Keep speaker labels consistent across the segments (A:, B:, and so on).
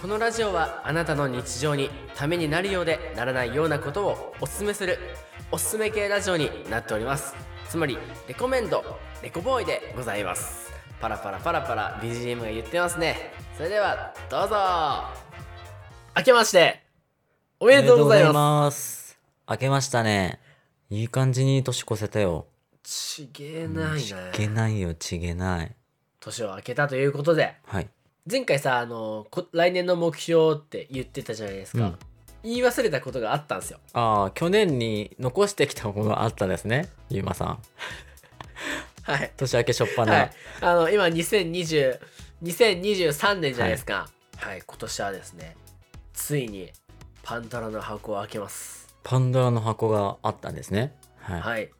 A: このラジオはあなたの日常にためになるようでならないようなことをおすすめするおすすめ系ラジオになっておりますつまりレコメンドレコボーイでございますパラパラパラパラ BGM が言ってますねそれではどうぞ明けましてお
B: お
A: めでとうございます
B: ます。明けましたね。いい感じに年越せたよ。
A: ちげえない
B: ち
A: ね
B: げないよ、ちげない。
A: 年を明けたということで
B: はい。
A: 前回さあのこ来年の目標って言ってたじゃないですか、
B: うん
A: 言い忘れたことがあったんですよ
B: ああ、去年に残してきたものあったですね。ゆうまさん。
A: はい
B: 年明けしょっぱな。
A: はいあの今2020 2023年じゃないですかはい、今年はですねついにパンドラの箱を開けます
B: パンドラの箱があったんですね。はい。
A: はい、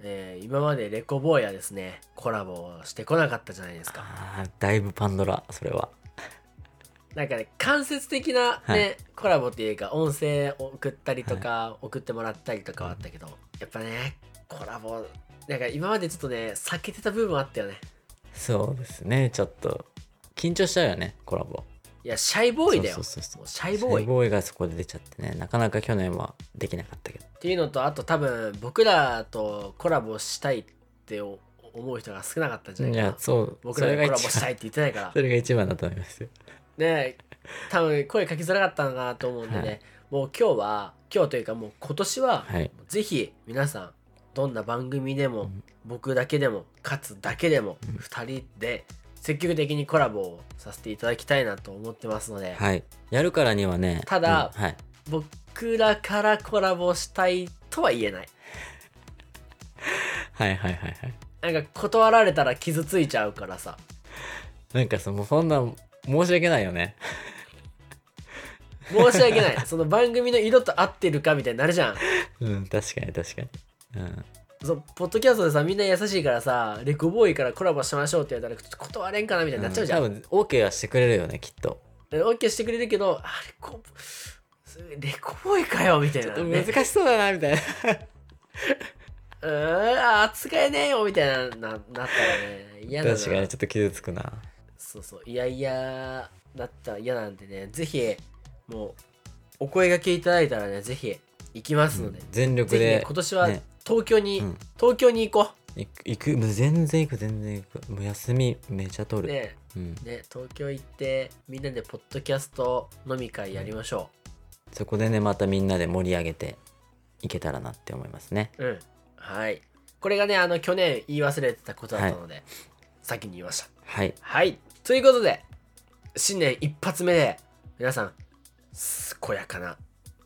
A: えー今までレコボーイはですねコラボをしてこなかったじゃないですか
B: ああ、だいぶパンドラ、それは。
A: なんかね間接的なね、
B: はい
A: コラボっていうか音声を送ったりとか、送ってもらったりとかはあったけどやっぱねコラボなんか今までちょっとね避けてた部分あったよね
B: そうですね、ちょっと。緊張しちゃうよね、コラボ。
A: いやシャイボーイだよ
B: そうそうそうそう
A: もうシャイボーイ
B: ボーイがそこで出ちゃってね、なかなか去年はできなかったけど。
A: っていうのとあと多分僕らとコラボしたいって思う人が少なかったんじゃない
B: い
A: か
B: や
A: な、
B: そう、
A: 僕らがコラボ
B: それが一
A: した
B: 番
A: いって言ってないから
B: それが一番だと思いますよ。
A: ね多分声かけづらかったのかなと思うんでね、
B: はい
A: もう今日は今日というかもう今年は、
B: はい。
A: ぜひ皆さんどんな番組でも、
B: うん
A: 僕だけでも勝つだけでも、
B: うん
A: 2人で積極的にコラボをさせていただきたいなと思ってますので、
B: はい。やるからにはね。
A: ただ
B: うんはい。
A: 僕らからコラボしたいとは言えない
B: はいはいはいはい。
A: なんか断られたら傷ついちゃうからさ
B: なんかその、そんな、申し訳ないよね。
A: 申し訳ないその番組の色と合ってるかみたいになるじゃん
B: うん、確かに確かに。うん。
A: そうポッドキャストでさみんな優しいからさレコボーイからコラボしましょうって言われたらちょっと断れんかなみたいになっちゃうじゃん、
B: 多分、OK はしてくれるよね、きっと。
A: で OK してくれるけどあレコレコボーイかよみたい
B: ちょ
A: な、
B: っと
A: ね
B: 難、しそうだな、みたいな。
A: うーん扱えねえよみたいなななったらね嫌だな
B: 確かに、ちょっと傷つくな。
A: そうそういやいやだったら嫌なんでねぜひもうお声がけいただいたらねぜひ行きますので、
B: うん全力
A: ぜひね
B: で。
A: 今年は
B: ね
A: 東京に、
B: うん
A: 東京に行こ
B: 行く、行く、もう全然行く、全然行く。もう休みめちゃ
A: う
B: 取る。
A: ね
B: うん。
A: ね、東京行ってみんなでポッドキャスト飲み会やりましょ
B: そこでね、またみんなで盛り上げていけたらなって思いますね。
A: う。うん。はい。これがね、あの、去年言い忘れてたことだったので、先に言いました。
B: はい。
A: はい。ということで、新年一発目で、皆さん、健やかな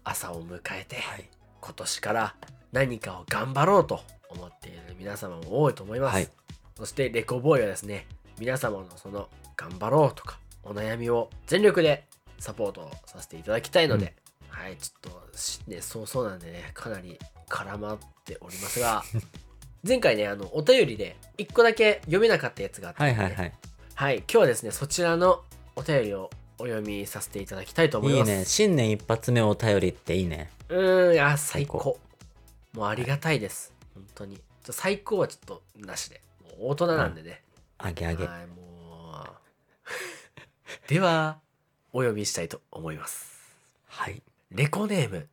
A: 朝を迎えて、
B: はい。
A: 今年から何かを頑張ろうと思っている皆様も多いと思います。
B: はい
A: そして、レコボーイはですね、皆様のその、頑張ろうとか、お悩みを全力でサポートさせていただきたいので、はい、ちょっと、しね、そうそうなんでね、かなり絡まっております が、前回ね、あの、お便りで、一個だけ読めなかったやつがあった
B: は
A: の
B: い
A: で、
B: はいはい。
A: はい、今日はですね、そちらのお便りをお読みさせていただきたいと思い
B: いい
A: ます。
B: ね。新年一発目お便りっていいね。
A: うーん、あ、最高。もうありがたいです。本当に。ちょっと最高はちょっとなしで。もう大人なんでね。
B: あげあげ。
A: はい、もう。 では、お呼びしたいと思います。
B: はい。
A: レコネーム、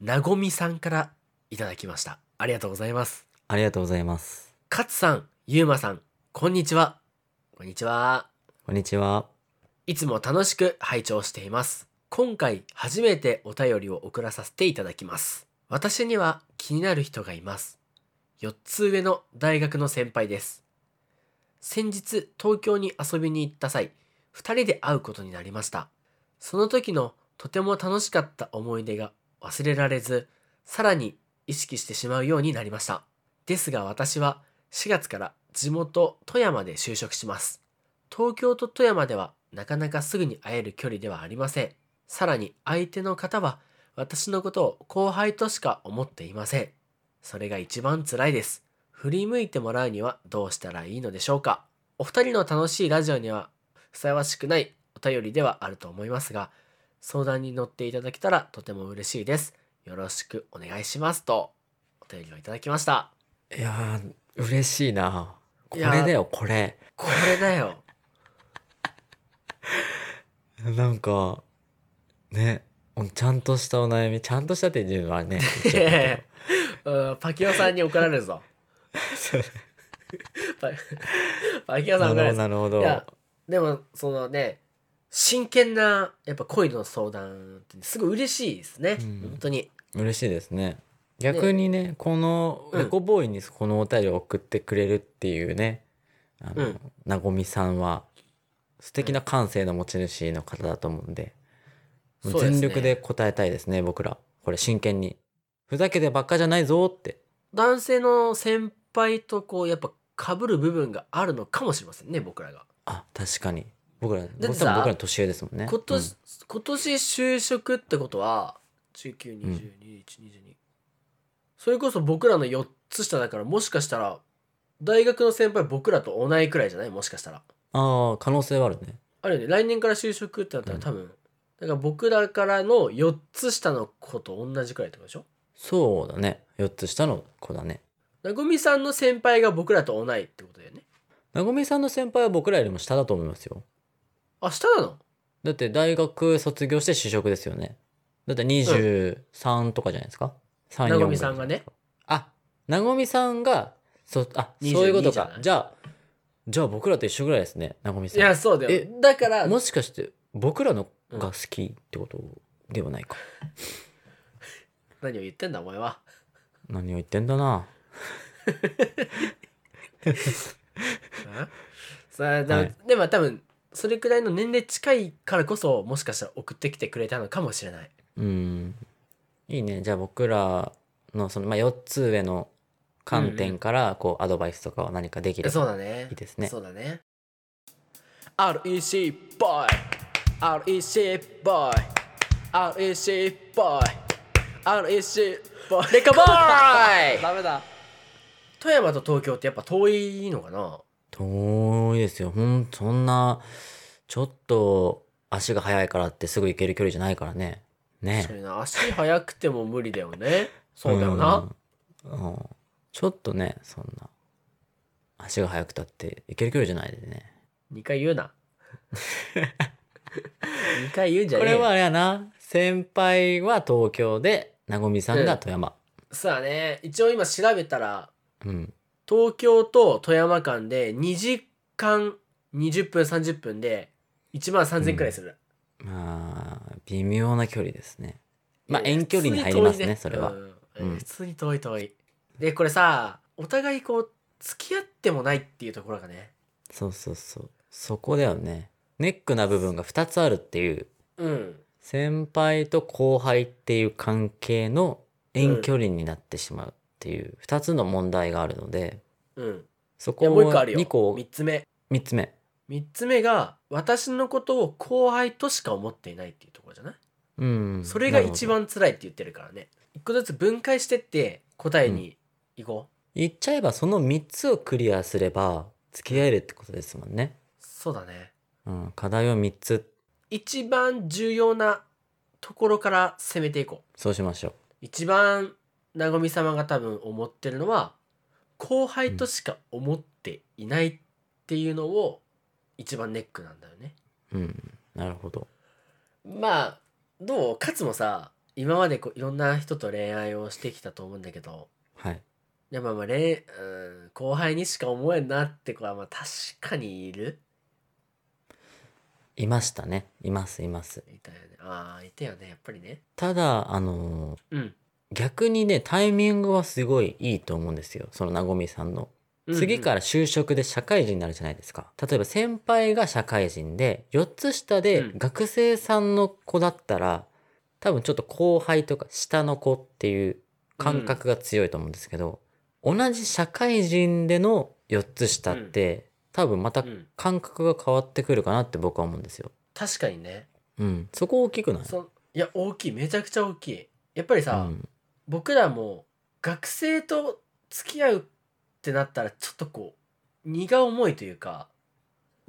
A: なごみさんからいただきました。ありがとうございます。
B: ありがとうございます。
A: 勝さん、ゆうまさん、こんにちは。こんにちは。
B: こんにちは。
A: いつも楽しく拝聴しています。今回初めてお便りを送らさせていただきます。私には気になる人がいます。4つ上の大学の先輩です。先日東京に遊びに行った際、2人で会うことになりました。その時のとても楽しかった思い出が忘れられず、さらに意識してしまうようになりました。ですが私は4月から地元富山で就職します。東京と富山ではなかなかすぐに会える距離ではありません。さらに相手の方は私のことを後輩としか思っていません。それが一番辛いです。振り向いてもらうにはどうしたらいいのでしょうか。お二人の楽しいラジオにはふさわしくないお便りではあると思いますが、相談に乗っていただけたらとても嬉しいです。よろしくお願いしますとお便りをいただきました。
B: いやー、嬉しいな。こ
A: い
B: れ
A: やー
B: だよ、これ。
A: これだよ。
B: なんか、ねちゃんとしたお悩みちゃんとしたっていうの はね言っちゃうけ
A: うんパキオさんに怒られる ぞ。
B: ど
A: パパキオさん怒られるぞ。
B: なるほど
A: い
B: なる
A: やでもそのね真剣なやっぱ恋の相談ってすごい嬉しいですね、
B: うん
A: 本当に
B: ほど嬉しいですね逆にねこの
A: うん
B: エコボーイにこのお便りを送ってくれるっていうねあの、
A: うん
B: なごみさんは素敵な感性の持ち主の方だと思うんで、もう
A: そうですね
B: 全力で答えたいですね僕らこれ真剣にふざけてばっかじゃないぞって
A: 男性の先輩とこうやっぱ被る部分があるのかもしれませんね僕らが
B: あ確かに僕ら
A: て
B: 僕
A: さ
B: 多分僕ら年上ですもんね
A: 今
B: うん
A: 年、今年就職ってことは19202122、
B: ん
A: 22それこそ僕らの4つ下だからもしかしたら大学の先輩僕らと同いくらいじゃないもしかしたら
B: ああ可能性はあるね
A: あるよね来年から就職ってなったら
B: うん
A: 多分、だから僕らからの4つ下の子と同じくらいってことでしょ
B: そうだね4つ下の子だね
A: なごみさんの先輩が僕らと同いってことだよね
B: なごみさんの先輩は僕らよりも下だと思いますよ
A: あ下なの
B: だって大学卒業して就職ですよねだって23とかじゃないですか、三
A: なごみさんがね
B: あなごみさんがそあ
A: 22
B: そういうこと
A: じゃ
B: か
A: ない
B: じゃあじゃあ僕らと一緒ぐらいですねなごみさ
A: い
B: ん
A: やそうだよ
B: え
A: だから
B: もしかして僕らの
A: うん
B: が好きってことではないか、
A: 何を言ってんだお前は
B: 何を言ってんだな
A: さあでも,、
B: はい
A: でも多分それくらいの年齢近いからこそもしかしたら送ってきてくれたのかもしれない
B: うんいいねじゃあ僕らのその、まあ、4つ上の観点からこうアドバイスとかは何かできれ
A: そう
B: ば
A: だね
B: いいですね
A: そうだね REC ボーイ REC ボーイ REC ボーイ REC ボーイレカボーイダメだ富山と東京ってやっぱ遠いのかな
B: 遠いですよほんそんなちょっと足が速いからってすぐ行ける距離じゃないからね
A: そう
B: ね
A: いうの足速くても無理だよねそうだよな、
B: うんうんちょっとねそんな足が速くたって行ける距離じゃないでね
A: 2回言う な2回言うんじゃ
B: こ
A: ねえ
B: れ
A: よ
B: はあれやな先輩は東京でなごみさんが富山
A: さあね一応今調べたら
B: うん
A: 東京と富山間で2時間20分30分で1万3000くらいする、
B: まあ微妙な距離ですねまあ
A: いやいや
B: 遠距離に
A: 普
B: 入
A: 通
B: り
A: 遠
B: ま
A: い
B: すねそれは
A: うん
B: うん
A: 普通に遠い遠いでこれさお互いこう付き合ってもないっていうところがね
B: そうそうそうそこだよねネックな部分が2つあるっていう
A: うん
B: 先輩と後輩っていう関係の遠距離になってしまうっていう2つの問題があるので
A: うん
B: そ
A: い
B: こ
A: や
B: を
A: もう一個あるよ
B: 2個
A: 3つ目
B: 3つ目
A: 3つ目が私のことを後輩としか思っていないっていうところじゃない
B: うん
A: それが一番辛いって言ってるからね一個ずつ分解してって答えに行こう、
B: 言っちゃえばその3つをクリアすれば付き合えるってことですもんね、
A: そうだね
B: うん、課題を3つ
A: 一番重要なところから攻めていこう
B: そうしましょう
A: 一番なごみ様が多分思ってるのは後輩としか思っていないっていうのを一番ネックなんだよね
B: うんなるほど
A: まあどう勝もさ今までこういろんな人と恋愛をしてきたと思うんだけど
B: はい
A: いやまあまあ恋うん後輩にしか思えんなって子はまあ確かにいる
B: いましたねいますいます
A: いたよねああいたよねやっぱりね
B: ただあのー
A: うん、
B: 逆にねタイミングはすごいいいと思うんですよそのなごみさんの次からら就職で社会人になるじゃないですか例えば先輩が社会人で4つ下で
A: うん
B: 学生さんの子だったら、多分ちょっと後輩とか下の子っていう感覚が強いと思うんですけど、同じ社会人での4つ下って、多分また
A: うんうん
B: 感覚が変わってくるかなって僕は思うんですよ。
A: 確かにね
B: うん、そこ大きくない
A: そいや大きいめちゃくちゃ大きいやっぱりさ、
B: うん
A: 僕らも学生と付き合うってなったらちょっとこう荷が重いというか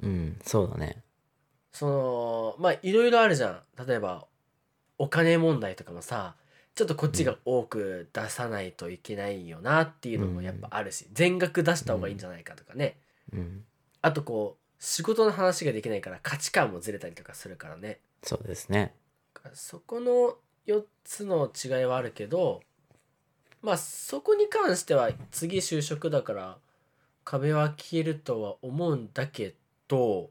B: うん、そうだね。
A: そのまあいろいろあるじゃん例えばお金問題とかもさちょっとこっちが多く出さないといけないよなっていうのもやっぱあるし、全額出した方がいいんじゃないかとかね、
B: うん、
A: あとこう仕事の話ができないから価値観もずれたりとかするからね
B: そうですね。
A: からそこの4つの違いはあるけどまあそこに関しては次就職だから壁は消えるとは思うんだけど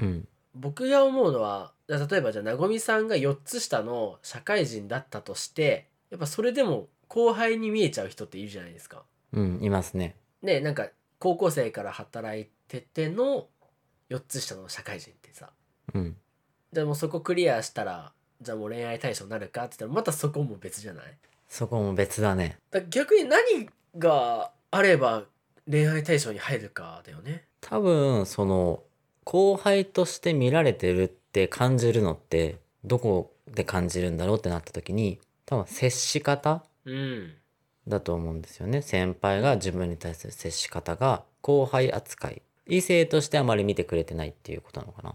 B: うん。
A: 僕が思うのは例えばじゃあなごみさんが4つ下の社会人だったとしてやっぱそれでも後輩に見えちゃう人っているじゃないですか。
B: うん、いますね。
A: ねなんか高校生から働いてての4つ下の社会人ってさ
B: うん。
A: じゃあもうそこクリアしたらじゃあもう恋愛対象になるかって言ったらまたそこも別じゃない
B: そこも別だね。
A: だから逆に何があれば恋愛対象に入るかだよね。
B: 多分、その、後輩として見られてるって感じるのって、どこで感じるんだろうってなった時に、多分接し方
A: うん。
B: だと思うんですよね。先輩が自分に対する接し方が後輩扱い。異性としてあまり見てくれてないっていうことなのかな。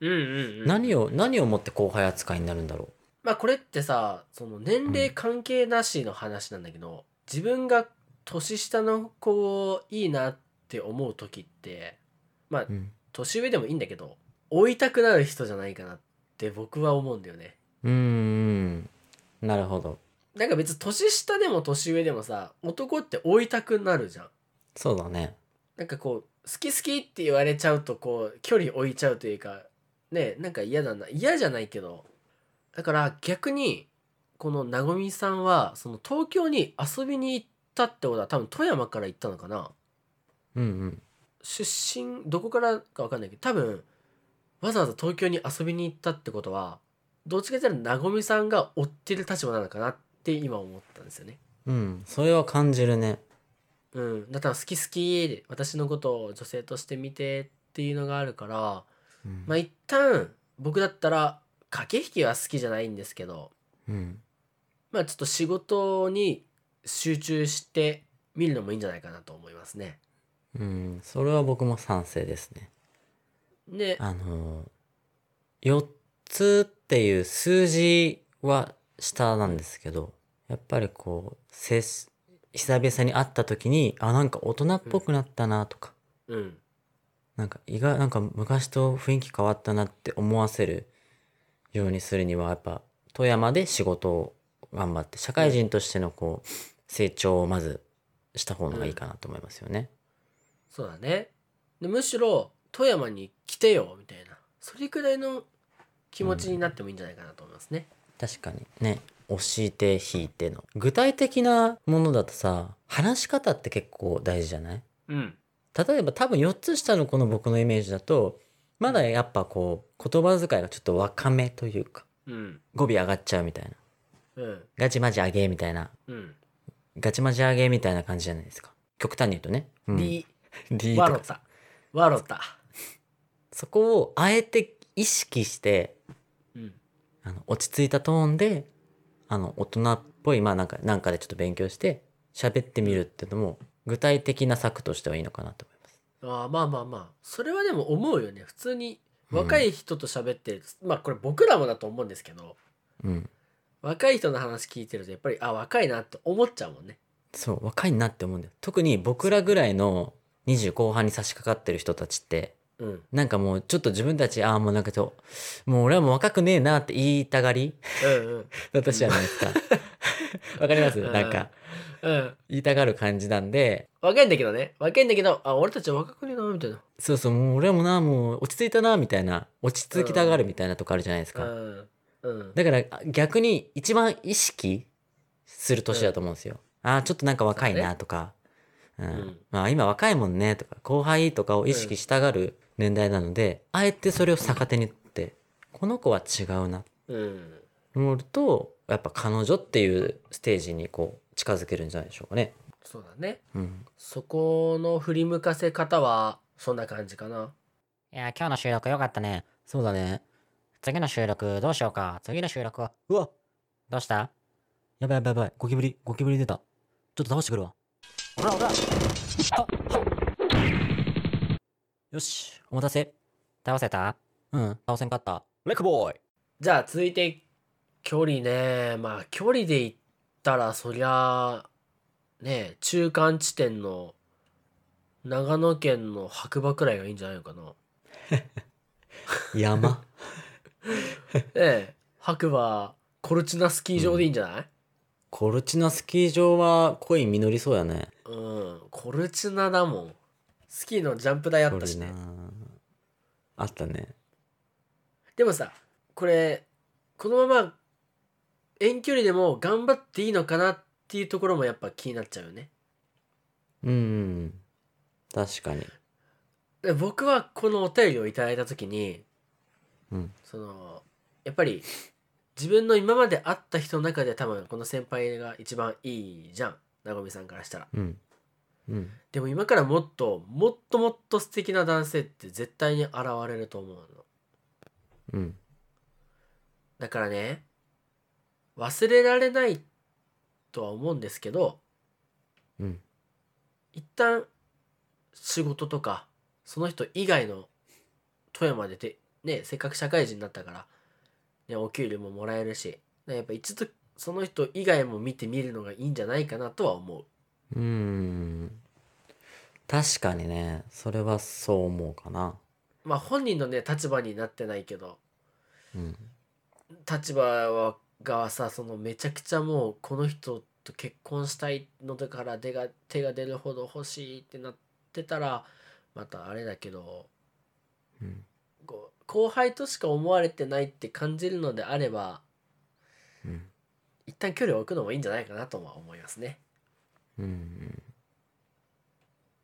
A: うんうん、うん。
B: 何を、何をもって後輩扱いになるんだろ
A: まあこれってさその年齢関係なしの話なんだけど、自分が年下の子をいいなって思う時ってまあ
B: う。うん。
A: 年上でもいいんだけど追いたくなる人じゃないかなって僕は思うんだよね。
B: うーん。なるほど。
A: なんか別に年下でも年上でもさ男って追いたくなるじゃん。
B: そうだね。
A: なんかこう好き好きって言われちゃうとこう距離置いちゃうというかねなんか嫌だな嫌じゃないけどだから逆にこのなごみさんはその東京に遊びに行ったってことは多分富山から行ったのかな
B: うんうん。
A: 出身どこからか分かんないけど多分わざわざ東京に遊びに行ったってことはどっちかというとなごみさんが追ってる立場なのかなって今思ったんですよね。
B: うん。それは感じるね。
A: うん、だから好き好きで私のことを女性として見てっていうのがあるから
B: うん
A: まあ一旦僕だったら駆け引きは好きじゃないんですけど
B: うん。
A: まあちょっと仕事に集中して見るのもいいんじゃないかなと思いますね。
B: うん。それは僕も賛成ですね。
A: で、
B: あのー、4つっていう数字は下なんですけど、やっぱりこう、接し久々に会った時に、あ、なんか大人っぽくなったなとか、
A: うん、
B: なんか意外、なんか昔と雰囲気変わったなって思わせるようにするには、やっぱ富山で仕事を頑張って、社会人としてのこう、成長をまずした方がいいかなと思いますよね。
A: そうだね。でむしろ富山に来てよみたいなそれくらいの気持ちになってもいいんじゃないかなと思いますね。
B: 確かにね押して引いての具体的なものだとさ話し方って結構大事じゃない
A: うん、
B: 例えば多分4つ下のこの僕のイメージだとまだやっぱこう言葉遣いがちょっと若めというか
A: うん、
B: 語尾上がっちゃうみたいな
A: うん、
B: ガチマジ上げみたいな
A: うん。
B: ガチマジ上げみたいな感じじゃないですか極端に言うとね、うん、
A: り、
B: D
A: わ
B: と
A: ろ
B: か
A: た。わろた。
B: そこをあえて意識して
A: うん、
B: あの落ち着いたトーンであの大人っぽいまあなんかなんかでちょっと勉強して喋ってみるっていうのも具体的な策としてはいいのかなと思います。
A: あーまあまあまあそれはでも思うよね普通に若い人と喋ってると、まあこれ僕らもだと思うんですけど
B: うん、
A: 若い人の話聞いてるとやっぱりあ若いなって思っちゃうもんね
B: そう若いなって思うんだよ。特に僕らぐらいの20後半に差し掛かってる人たちって
A: うん
B: なんかもうちょっと自分たちああもうなんかちょもう俺はもう若くねえなって言いたがり
A: うんうん
B: 私じゃないです か。わかりますなんか
A: うん
B: 言いたがる感じなんで
A: 若いんだけどね若いんだけどあ俺たち若くねえなみたいな
B: そうそうもう俺はもうなもう落ち着いたなみたいな落ち着きたがるみたいなとこあるじゃないです
A: う
B: か。
A: んうん
B: だからあ逆に一番意識する年だと思うんですよ。ああ、ちょっとなんか若いなとか、うん
A: うん
B: まあ今若いもんねとか、後輩とかを意識したがる年代なので、あえてそれを逆手にとって、この子は違うな
A: うん
B: と思うと、やっぱ彼女っていうステージにこう近づけるんじゃないでしょうかね。
A: そうだね
B: うん。
A: そこの振り向かせ方はそんな感じかない
C: や、今日の収録良かったね。
B: そうだね。
C: 次の収録どうしようか。次の収録は
B: うわ
C: どうした
B: やばいやばいやばい。ゴキブリ、ゴキブリ出た。ちょっと倒してくるわ。
C: ほらほら
B: よし、お待たせ。
C: 倒せた
B: うん、倒せんかった。レックボーイ
A: じゃあ続いて距離ねまあ距離で言ったらそりゃね中間地点の長野県の白馬くらい がいいんじゃないのかな。
B: 山。
A: ええ白馬コルチュナスキー場でいいんじゃない
B: コルチナスキー場は恋実りそうやね。
A: うん、コルチュナだもんスキーのジャンプ台あったし
B: これ
A: ね
B: なあったね。
A: でもさこれこのまま遠距離でも頑張っていいのかなっていうところもやっぱ気になっちゃうよね
B: うん。確かに。
A: で僕はこのお便りをいただいた時に
B: うん。
A: そのやっぱり自分の今まで会った人の中で多分この先輩が一番いいじゃんなごみさんからしたら
B: うん。うん。
A: でも今からもっともっともっと素敵な男性って絶対に現れると思うの
B: うん。
A: だからね忘れられないとは思うんですけど
B: うん。
A: 一旦仕事とかその人以外の富山でて、ね、せっかく社会人になったから、ね、お給料ももらえるしねやっぱ一度その人以外も見てみるのがいいんじゃないかなとは思う
B: うん。確かにね、それはそう思うかな。
A: まあ本人のね立場になってないけど
B: うん。
A: 立場はがさそのめちゃくちゃもうこの人と結婚したいのだから手が手が出るほど欲しいってなってたらまたあれだけど
B: うん。
A: こう後輩としか思われてないって感じるのであれば
B: うん。
A: 一旦距離を置くのもいいんじゃないかなとは思いますね。
B: うん。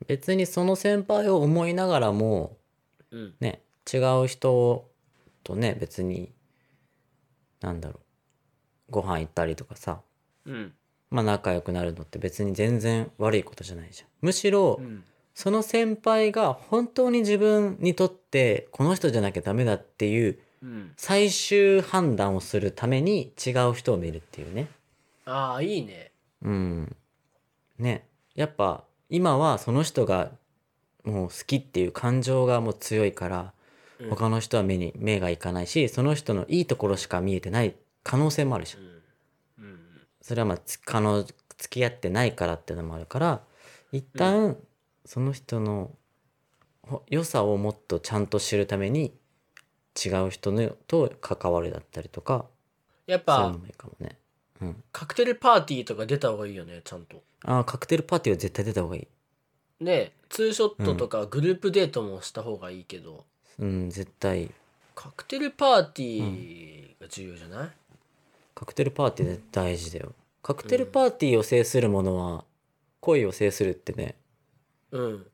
B: 別にその先輩を思いながらも、
A: うん、
B: ね、違う人とね、別に、なんだろう、ご飯行ったりとかさ、
A: うん、
B: まあ仲良くなるのって別に全然悪いことじゃないじゃん。むしろ
A: う、ん、
B: その先輩が本当に自分にとってこの人じゃなきゃダメだっていう
A: うん、
B: 最終判断をするために違う人を見るっていうね。
A: ああいいね。
B: うん。ね。やっぱ今はその人がもう好きっていう感情がもう強いから
A: うん
B: 他の人は目に目がいかないしその人のいいところしか見えてない可能性もあるじゃん
A: うん、うん、
B: それはまあつ可能付き合ってないからっていうのもあるから一旦その人のほ良さをもっとちゃんと知るために違う人のと関わるだったりとか
A: やっ
B: そういうの
A: ぱ
B: もいいかもね。うん、
A: カクテルパーティーとか出た方がいいよねちゃんと。
B: ああカクテルパーティーは絶対出た方がいい。
A: ねツーショットとかグループデートもした方がいいけど、
B: うん絶対
A: カクテルパーティーが重要じゃない、
B: カクテルパーティーで大事だよ。カクテルパーティーを制するものは恋を制するってね
A: うん、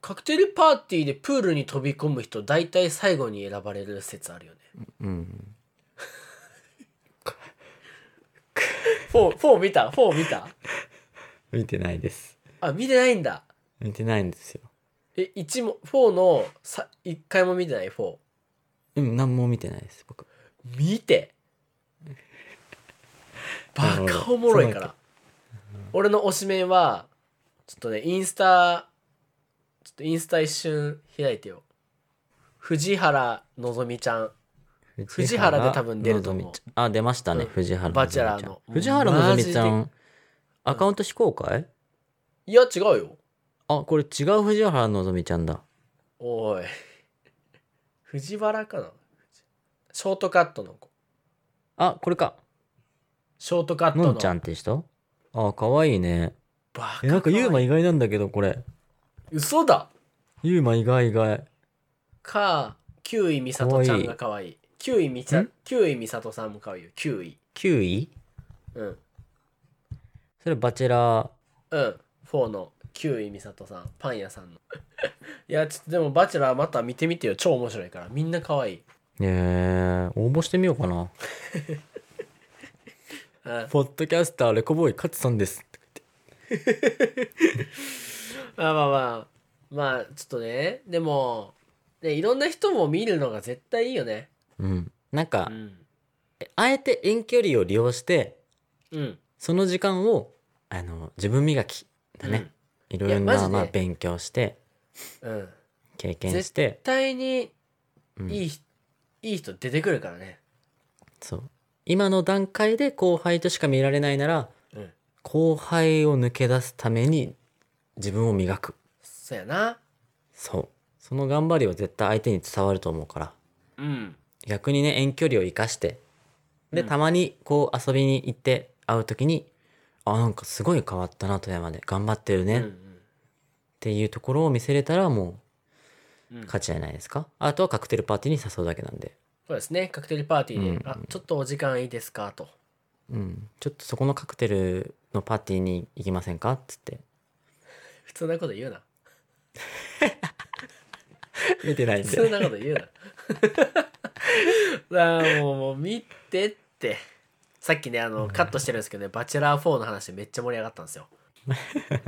A: カクテルパーティーでプールに飛び込む人大体最後に選ばれる説あるよね。
B: うん
A: フォー、フォー見たフォー見た
B: 見てないです
A: あ、見てないんだ。
B: 見てないんですよ。
A: え、一も、フォーのさ一回も見てないフォー。
B: うん何も見てないです僕。
A: 見てバカおもろいから俺の推しメンはちょっとねインスタちょっとインスタ一瞬開いてよ藤原のぞみちゃん藤原で多分出ると思う
B: のぞみちゃんあ、出ましたね、
A: うん
B: 藤原のぞみちゃん。
A: バチェラーの
B: 藤原のぞみちゃ
A: マ
B: ん、アカウント非公開
A: いや違うよ
B: あ、これ違う藤原のぞみちゃんだ。
A: おい 藤原かなショートカットの子
B: あ、これか。
A: ショートカットの
B: のんちゃんって人あ、かわいいね。
A: バカ
B: え、なんかユーマ
A: い
B: 意外なんだけど、これ。
A: 嘘だ
B: ユーマ意外意外。
A: か9位美里ちゃんが可愛い9位みさ9位美里さんも可愛いよ9位
B: 9位
A: うん
B: それバチェラー。
A: うん、4の9位美里さん、パン屋さんの。 いや、ちょっとでも、バチェラーまた見てみてよ。超面白いから。みんな可愛い。
B: えー、応募してみようかな。
A: うん
B: ポッドキャスターレコボーイ勝さんです。
A: まあまあまあ、まあ、ちょっとね、でも、ね、いろんな人も見るのが絶対いいよね。
B: うん。なんか
A: う、ん。
B: あえて遠距離を利用して、
A: うん。
B: その時間を、あの、自分磨きだね。いろいろ
A: いやマジ
B: な、
A: で
B: まあ、勉強して
A: うん。うん。絶
B: 経験して、
A: 対に
B: うん
A: いいひ、いい人出てくるからね。
B: そう今の段階で後輩としか見られないなら
A: うん。
B: 後輩を抜け出すために自分を磨く
A: そやな。
B: そうその頑張りは絶対相手に伝わると思うから
A: うん。
B: 逆にね遠距離を生かしてで、
A: うん
B: たまにこう遊びに行って会う時に、あ、なんかすごい変わったな、富山で。頑張ってるね。
A: うん
B: っ、ていうところを見せれたらも
A: うんう
B: うん勝ちじゃないですか。あとはカクテルパーティーに誘うだけなんで。
A: そうですねカクテルパーティーで、
B: うん
A: あちょっとお時間いいですかと
B: うん。ちょっとそこのカクテルのパーティーに行きませんかっつって。
A: 普通なこと言うな
B: 見てないん
A: 普
B: で
A: 通。なこと言うな ああもうもう見てってさっきねあのカットしてるんですけどね「バチェラー4」の話めっちゃ盛り上がったんです よは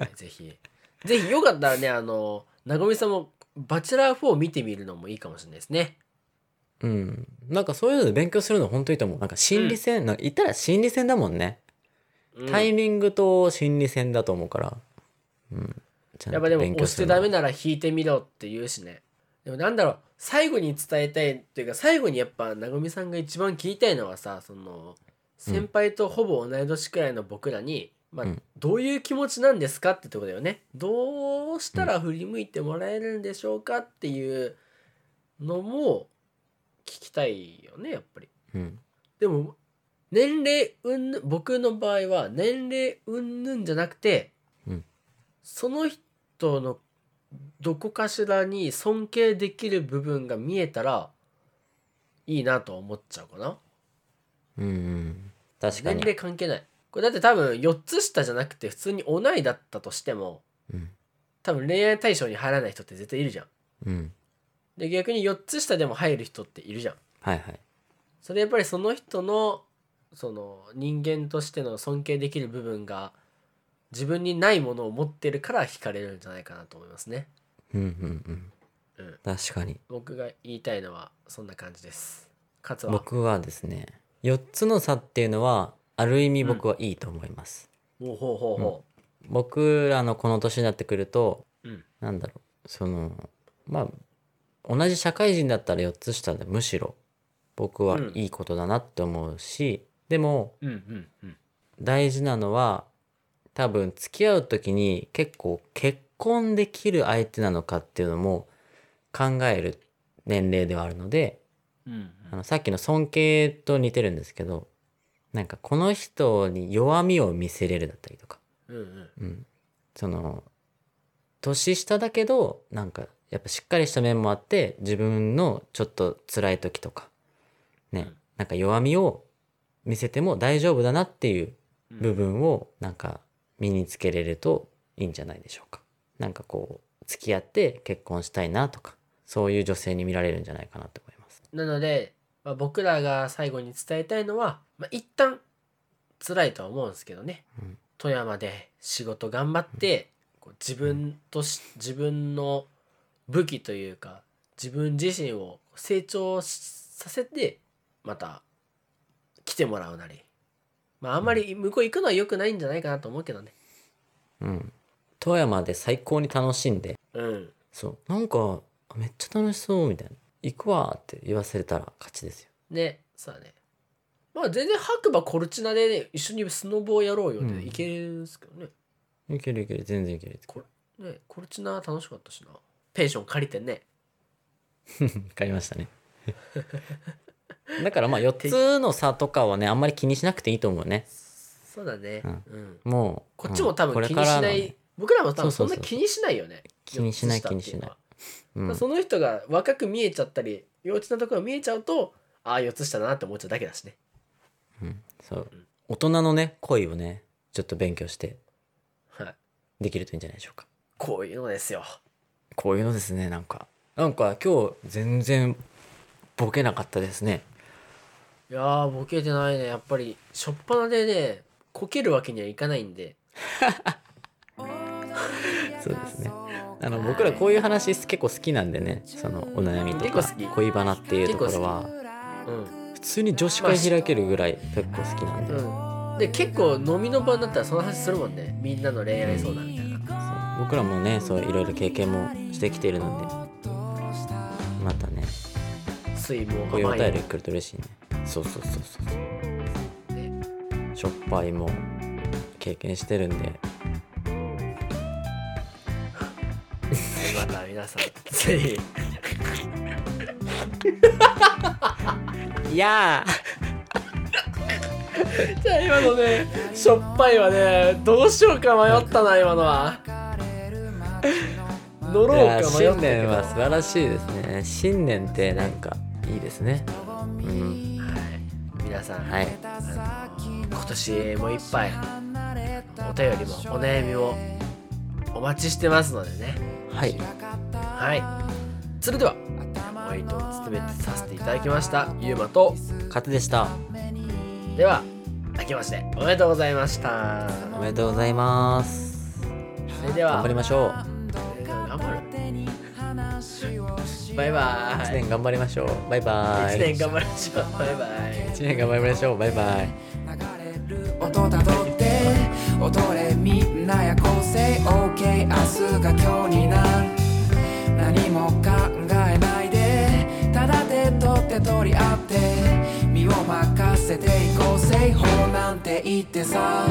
A: いぜひぜひよかったらねあのなごみさんも「バチェラー4」見てみるのもいいかもしれないですね
B: うん。なんかそういうので勉強するの本当にいいと思う。なんか心理戦、なんか言ったら心理戦だもんね。
A: うん
B: タイミングと心理戦だと思うから。うん。ちゃん
A: や
B: と
A: っぱでも
B: 勉強
A: 押し
B: す
A: て
B: る
A: ダ
B: の
A: メなら引いてみろって言うしねでもなんだろう最後に伝えたいというか最後にやっぱなごみさんが一番聞きたいのはさその先輩とほぼ同い年くらいの僕らに、まあ
B: うん
A: どういう気持ちなんですかってとこだよねどうしたら振り向いてもらえるんでしょうかっていうのも聞きたいよねやっぱり。
B: うん。
A: でも年齢うんぬ僕の場合は年齢うんぬんじゃなくて、
B: うん
A: その人のどこかしらに尊敬できる部分が見えたらいいなとは思っちゃうかな
B: うんうん。確か
A: 年
B: に。
A: 齢関係ないこれだって多分4つ下じゃなくて普通に同いだったとしても
B: うん。
A: 多分恋愛対象に入らない人って絶対いるじゃん
B: うん。
A: で逆に4つ下でも入る人っているじゃん
B: はいはい。
A: それやっぱりその人のその人間としての尊敬できる部分が自分にないものを持ってるから惹かれるんじゃないかなと思いますね
B: うんうんう
A: うん
B: ん。確かに。
A: 僕が言いたいのはそんな感じです勝は
B: 僕はですね、4つの差っていうのは、ある意味僕はいいと思います。
A: おうほうほうほ
B: 僕らのこの年になってくると、
A: ううん
B: なんだろう、その、まあ、同じ社会人だったら4つ下で、むしろ僕は
A: うん
B: いいことだなって思うし、でも、
A: うんうんうん
B: 大事なのは、多分付き合う時に結構結婚できる相手なのかっていうのも考える年齢ではあるので、
A: うん
B: あのさっきの尊敬と似てるんですけどなんかこの人に弱みを見せれるだったりとか、
A: うんうん
B: うん、その年下だけどなんかやっぱしっかりした面もあって自分のちょっと辛い時とかね、
A: うん
B: なんか弱みを見せても大丈夫だなっていう
A: うん
B: 部分をなんか身につけれるといいんじゃないでしょうか。なんかこう付き合って結婚したいなとかそういう女性に見られるんじゃないかなと思います。
A: なので、まあ、僕らが最後に伝えたいのは、まあ、一旦辛いとは思うんですけどね、
B: うん
A: 富山で仕事頑張って、こう自分とし自分の武器というか自分自身を成長しさせてまた来てもらうなりまああんまり向こう行くのは良くないんじゃないかなと思うけどね
B: うん、富山で最高に楽しんで
A: うん
B: そうなんかめっちゃ楽しそうみたいな行くわって言わせれたら勝ちですよ、
A: ねそうだねまあ全然白馬コルチナで、ね、一緒にスノボをやろうよっ
B: う
A: て
B: ん
A: いけるんですけどね、
B: いけるいける全然いける
A: ねコルチナ楽しかったしなペンション借りてね
B: 買いましたね だからまあ4つの差とかはねあんまり気にしなくていいと思うね
A: そうだね、う
B: うんんもう
A: こっちも多
B: うんこ
A: 分
B: れ
A: 気
B: か
A: にし
B: らの
A: ない、
B: ね
A: 僕らも多分そ
B: そ
A: ん
B: うそ
A: な
B: う
A: 気
B: そう
A: にしないよね
B: 気にしない
A: 4つ下ってうのは
B: うん
A: まあその人が若く見えちゃったり幼稚なところが見えちゃうとああ4つ下だなって思っちゃうだけだしね
B: うんそう大人のね恋をねちょっと勉強して
A: はい
B: できるといいんじゃないでしょうか
A: こういうのですよ
B: こういうのですねなんかなんか今日全然ボケなかったですね
A: いやーボケてないねやっぱりしょっぱなでねこけるわけにはいかないんで
B: そうですね。あの僕らこういう話結構好きなんでね、そのお悩みとか
A: 結構好き
B: 恋バナっていうところは
A: うん、
B: 普通に女子会開けるぐらい結構好きなんで、
A: うん、で結構飲みの場になったらその話するもんねみんなの恋愛相談みたいな
B: そう僕らもねそういろいろ経験もしてきているので、またね
A: 水も
B: こういうお
A: 甘い
B: 便り
A: も
B: 来ると嬉しいね。そうそうそうそう
A: ね
B: しょっぱいも経験してるんで、
A: また皆さんぜひ
B: いやー
A: じゃあ今のねしょっぱいはねどうしようか迷ったな今のは乗
B: い
A: ろ
B: や
A: うか迷った
B: 新
A: け
B: 年
A: ど
B: は素晴らしいですね新年ってなんかいいですねうん
A: はい皆さん、
B: はい
A: あの今年もいっぱいお便りもお悩みもお待ちしてますのでね
B: はい
A: はいそれではお相手を務めさせていただきましたゆうまと
B: 勝手でした
A: では明けましておめでとうございました
B: おめでとうございます
A: それでは
B: 頑張りましょう
A: 頑張るバイバ
B: 1
A: イ
B: 年頑張りましょうバイバイ
A: 一年頑張りましょうバイバイ
B: 一年頑張りましょうバイバイ
D: 流れる音たどって踊れみんなや構成 OK 明日が今日になる何も考えないでただ手取って取り合って身を任せていこうせいほうなんて言ってさ